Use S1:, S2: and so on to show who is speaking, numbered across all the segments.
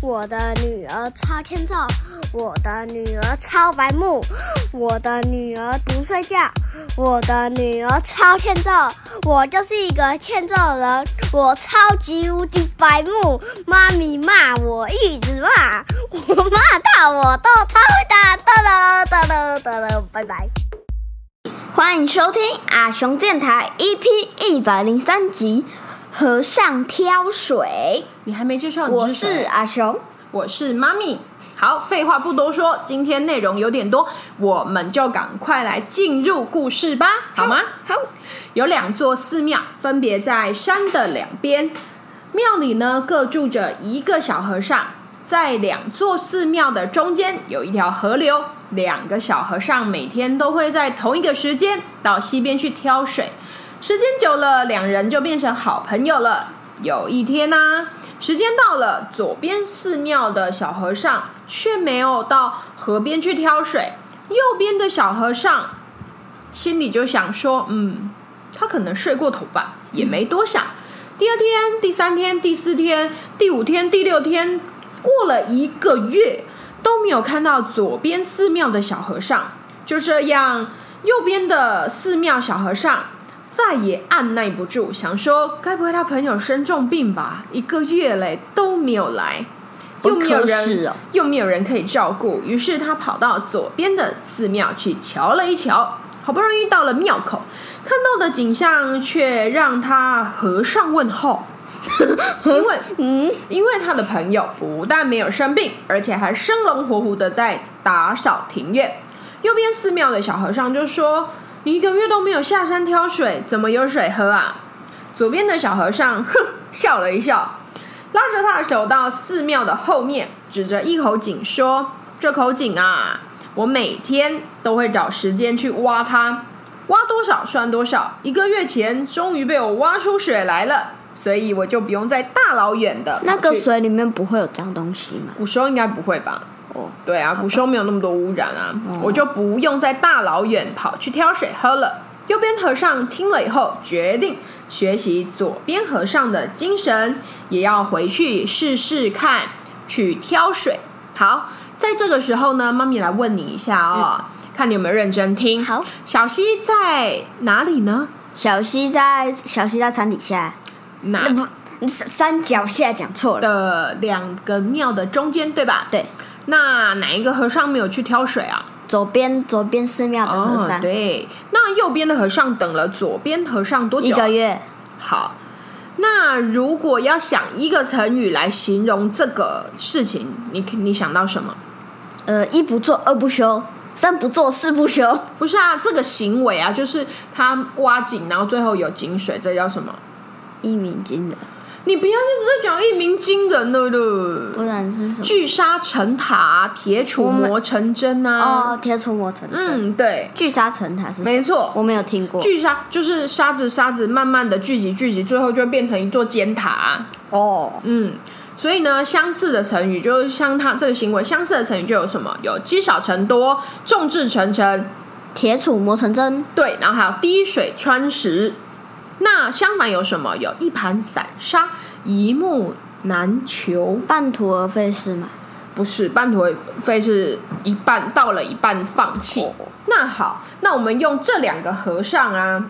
S1: 我的女儿超欠揍，我的女儿超白目，我的女儿不睡觉，我的女儿超欠揍，我就是一个欠揍人，我超级无敌白目，妈咪骂我一直骂，我骂到我都超会打，哒了哒了哒了，拜拜。
S2: 欢迎收听阿雄电台 EP 一百零三集《和尚挑水
S3: 你还没介绍》，
S2: 我
S3: 你是
S2: 是啊
S3: 谁？
S2: 阿雄。
S3: 我是妈咪。好，废话不多说，今天内容有点多，我们就赶快来进入故事吧，好吗？
S2: 好，
S3: 有两座寺庙，分别在山的两边。庙里呢各住着一个小和尚，在两座寺庙的中间有一条河流。两个小和尚每天都会在同一个时间到溪边去挑水，时间久了，两人就变成好朋友了。有一天呢、时间到了，左边寺庙的小和尚却没有到河边去挑水，右边的小和尚心里就想说，嗯，他可能睡过头吧，也没多想。第二天、第三天、第四天、第五天、第六天，过了一个月都没有看到左边寺庙的小和尚。就这样，右边的寺庙小和尚再也按耐不住，想说，该不会他朋友生重病吧？一个月嘞都没有来，又没有
S2: 不可视
S3: 人，
S2: 哦
S3: 又没有人可以照顾，于是他跑到左边的寺庙去瞧了一瞧。好不容易到了庙口，看到的景象却让他和尚问号，因为
S2: 嗯，
S3: 因为他的朋友不但没有生病，而且还生龙活虎的在打扫庭院。右边寺庙的小和尚就说：“你一个月都没有下山挑水，怎么有水喝啊？”左边的小和尚哼笑了一笑，拉着他的手到寺庙的后面，指着一口井说：“这口井啊，我每天都会找时间去挖它，挖多少算多少。一个月前终于被我挖出水来了，所以我就不用再大老远的
S2: 那个
S3: 跑去。
S2: 水里面不会有脏东西吗？
S3: 古时候应该不会吧？
S2: 哦，
S3: 对啊，古时候没有那么多污染啊，我就不用再大老远跑去挑水喝了。右边和尚听了以后，决定学习左边和尚的精神，也要回去试试看去挑水。好，在这个时候呢，妈咪来问你一下哦，看你有没有认真听。
S2: 好，
S3: 小溪在哪里呢？
S2: 小溪在小溪在山底下，
S3: 哪
S2: 那不山山脚下讲错了。
S3: 的两个庙的中间，对吧？。
S2: 对，
S3: 那哪一个和尚没有去挑水啊？
S2: 左边左边寺庙的和
S3: 哦、
S2: 尚，
S3: 对，那右边的和尚等了左边和尚多久？
S2: 一个。月
S3: 好，那如果要想一个成语来形容这个事情，你你想到什么？
S2: 呃，一不做二不休，三不做四不休，
S3: 不是啊，这个行为啊，就是他挖井，然后最后有井水，这叫什么？
S2: 一鸣惊人，
S3: 你不要就只是讲一鸣惊人了
S2: 不
S3: 了。
S2: 然是什么？
S3: 聚沙成塔，铁杵磨成针啊。
S2: 哦，贴出磨成针，
S3: 嗯，对，
S2: 聚沙成塔是什么？
S3: 没错。
S2: 我没有听过。
S3: 聚沙就是沙子，沙子慢慢的聚集，聚集，最后就会变成一座尖塔、啊
S2: 哦，
S3: 嗯，所以呢，相似的成语就是像他这个行为，相似的成语就有什么？有积少成多、众志成城，
S2: 铁杵磨成针，
S3: 对，然后还有滴水穿石。那相反有什么？有一盘散沙，一木难求。
S2: 半途而废是吗？
S3: 不是半途而废，是一半到了一半放弃。那好，那我们用这两个和尚啊，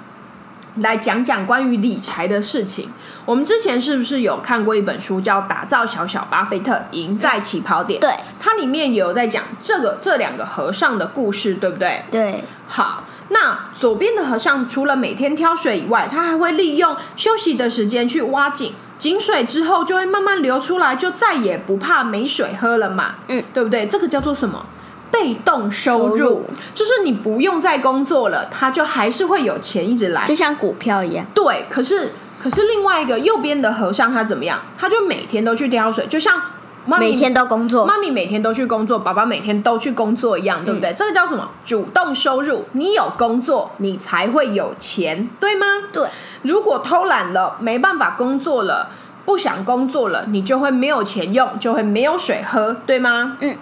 S3: 来讲讲关于理财的事情。我们之前是不是有看过一本书叫《打造小小巴菲特，赢在起跑点》？
S2: 对
S3: 它里面有在讲这个这两个和尚的故事，对不对？
S2: 对，
S3: 好，那左边的和尚除了每天挑水以外，他还会利用休息的时间去挖井，井水之后就会慢慢流出来，就再也不怕没水喝了嘛。
S2: 嗯，
S3: 对不对？这个叫做什么？被动收入，
S2: 收入
S3: 就是你不用再工作了，他就还是会有钱一直来。
S2: 就像股票一样，
S3: 对，可是可是另外一个右边的和尚他怎么样？他就每天都去挑水，就像妈咪
S2: 每天都工作嗯
S3: 妈。咪每天都去工作，爸爸每天都去工作一样，对不对？这个叫什么？主动收入。你有工作，你才会有钱，对吗？
S2: 对，
S3: 如果偷懒了，没办法工作了，不想工作了，你就会没有钱用，就会没有水喝，对吗？
S2: 嗯。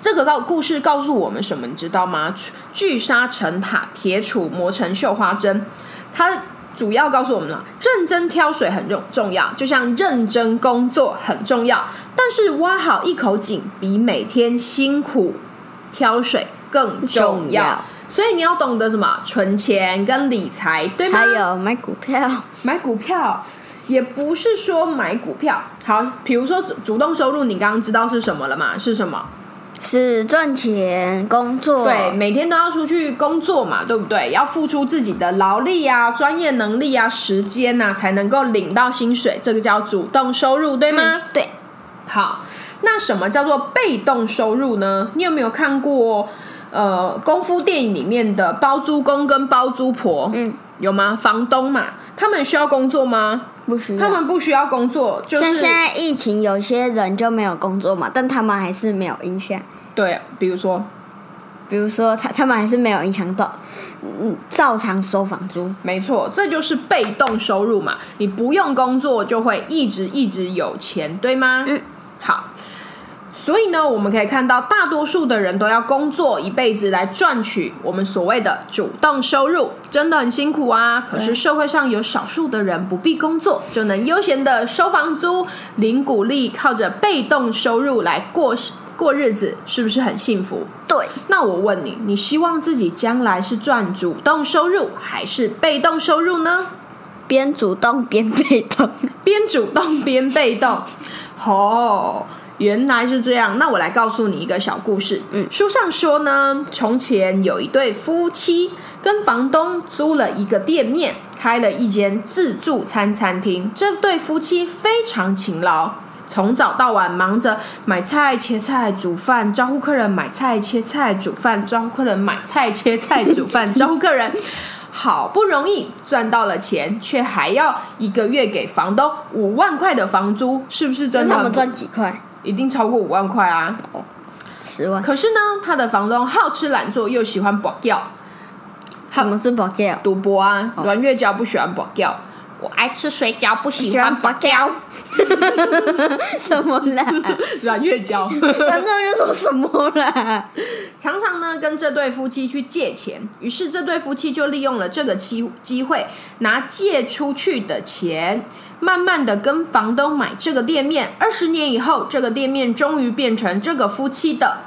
S3: 这个告故事告诉我们什么，你知道吗？聚沙成塔，铁杵磨成绣花针。它主要告诉我们了，认真挑水很重重要，就像认真工作很重要。但是挖好一口井比每天辛苦挑水更重
S2: 重要
S3: 要。所以你要懂得什么存钱跟理财，对吗？
S2: 还有买股票，
S3: 买股票也不是说买股票，好，比如说主主动收入，你刚刚知道是什么了嘛？是什么？
S2: 是赚钱、工作，
S3: 对，每天都要出去工作嘛，对不对？要付出自己的劳力啊、专业能力啊、时间呐、才能够领到薪水，这个叫主动收入，对吗？
S2: 嗯，对，
S3: 好，那什么叫做被动收入呢？你有没有看过呃功夫电影里面的包租公跟包租婆？
S2: 嗯，
S3: 有吗？房东嘛，他们需要工作吗？
S2: 不需要。
S3: 他们不需要工作，就
S2: 像
S3: 是
S2: 现在疫情，有些人就没有工作嘛，但他们还是没有影响。
S3: 对，比如说
S2: 比如说他他们还是没有影响到，嗯，照常收房租。
S3: 没错，这就是被动收入嘛，你不用工作就会一直一直有钱，对吗？
S2: 嗯，
S3: 好。所以呢，我们可以看到，大多数的人都要工作一辈子来赚取我们所谓的主动收入，真的很辛苦啊。可是社会上有少数的人不必工作，就能悠闲的收房租、领股利，靠着被动收入来过过日子，是不是很幸福？
S2: 对，
S3: 那我问你，你希望自己将来是赚主动收入还是被动收入呢？
S2: 边主动边被动。
S3: 边主动边被动，哦。原来是这样，那我来告诉你一个小故事。嗯，书上说呢，从前有一对夫妻跟房东租了一个店面，开了一间自助餐餐厅。这对夫妻非常勤劳，从早到晚忙着买菜、切菜、煮饭，招呼客人；买菜、切菜、煮饭，招呼客人；买菜、切菜、煮饭，招呼客人。好不容易赚到了钱，却还要一个月给房东五万块的房租，是不是真
S2: 那他
S3: 的很
S2: 们
S3: 不
S2: 赚几块？
S3: 一定超过五万块啊！
S2: 十万？
S3: 可是呢，他的房东好吃懒做，又喜欢博掉
S2: 什么是 b o g
S3: 赌博啊，阮月娇不喜欢博掉，我爱吃水饺，不喜 欢博掉，
S2: 什么啦？
S3: 阮月 娇。
S2: 观众就说什么啦？
S3: 常常呢跟这对夫妻去借钱，于是这对夫妻就利用了这个机机会，拿借出去的钱，慢慢的跟房东买这个店面。二十年以后，这个店面终于变成这个夫妻的。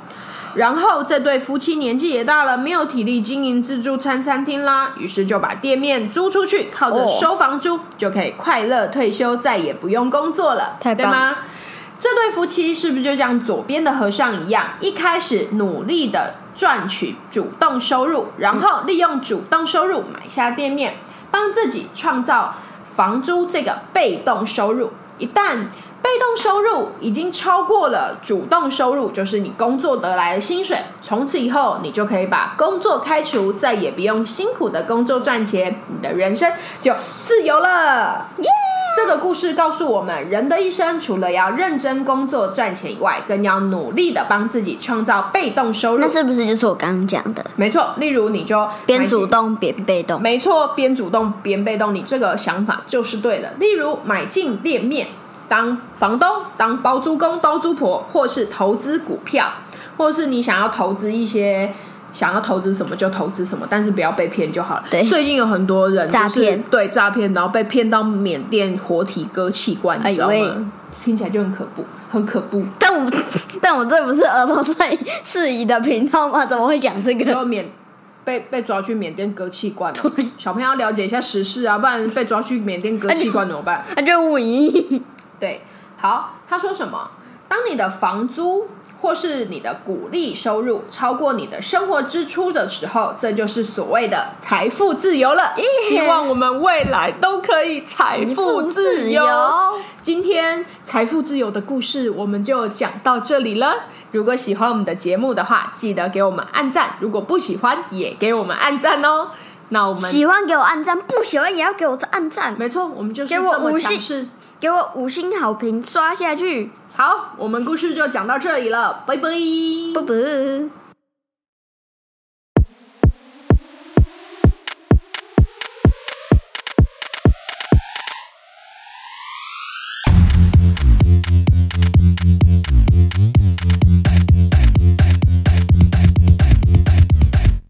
S3: 然后这对夫妻年纪也大了，没有体力经营自助餐餐厅啦，于是就把店面租出去，靠着
S2: 哦
S3: 收房租、就可以快乐退休，再也不用工作了，
S2: 太
S3: 对
S2: 棒
S3: 吗？这对夫妻是不是就像左边的和尚一样，一开始努力的赚取主动收入，然后利用主动收入买下店面，帮自己创造房租这个被动收入？一旦被动收入已经超过了主动收入，就是你工作得来的薪水。从此以后，你就可以把工作开除，再也不用辛苦的工作赚钱，你的人生就自由了。这个故事告诉我们，人的一生除了要认真工作赚钱以外，更要努力的帮自己创造被动收入
S2: 那。是不是就是我刚刚讲的？
S3: 没错，例如你就
S2: 边
S3: 买
S2: 主
S3: 几
S2: 动边被动。
S3: 没错，边主动边被动，你这个想法就是对的。例如买进店面，当房东、当包租公、包租婆，或是投资股票，或是你想要投资一些。想要投资什么就投资什么，但是不要被骗就好了。
S2: 对
S3: 最近有很多人就是
S2: 诈骗
S3: 对诈骗，然后被骗到缅甸活体割器官，你知道吗？
S2: 哎呦喂
S3: 听起来就很可怖，很可 怖。
S2: 但我但我这不是儿童最适宜的频道吗？怎么会讲这
S3: 然
S2: 个？
S3: 后缅被被抓去缅甸割器官，啊小朋友要了解一下时事啊，不然被抓去缅甸
S2: 哎
S3: 割器官怎么办？
S2: 那就五一。
S3: 对，好，他说什么？当你的房租或是你的股利收入超过你的生活支出的时候，这就是所谓的财富自由了。希望我们未来都可以财富自由。今天财富自由的故事我们就讲到这里了。如果喜欢我们的节目的话，记得给我们按赞；如果不喜欢，也给我们按赞哦。那我们
S2: 喜欢给我按赞，不喜欢也要给我这按赞，
S3: 没错，我们就是
S2: 给我
S3: 这么
S2: 五
S3: 强
S2: 星
S3: 势。
S2: 给我五星好评刷下去，
S3: 好，我们故事就讲到这里了，拜拜。
S2: 啵啵。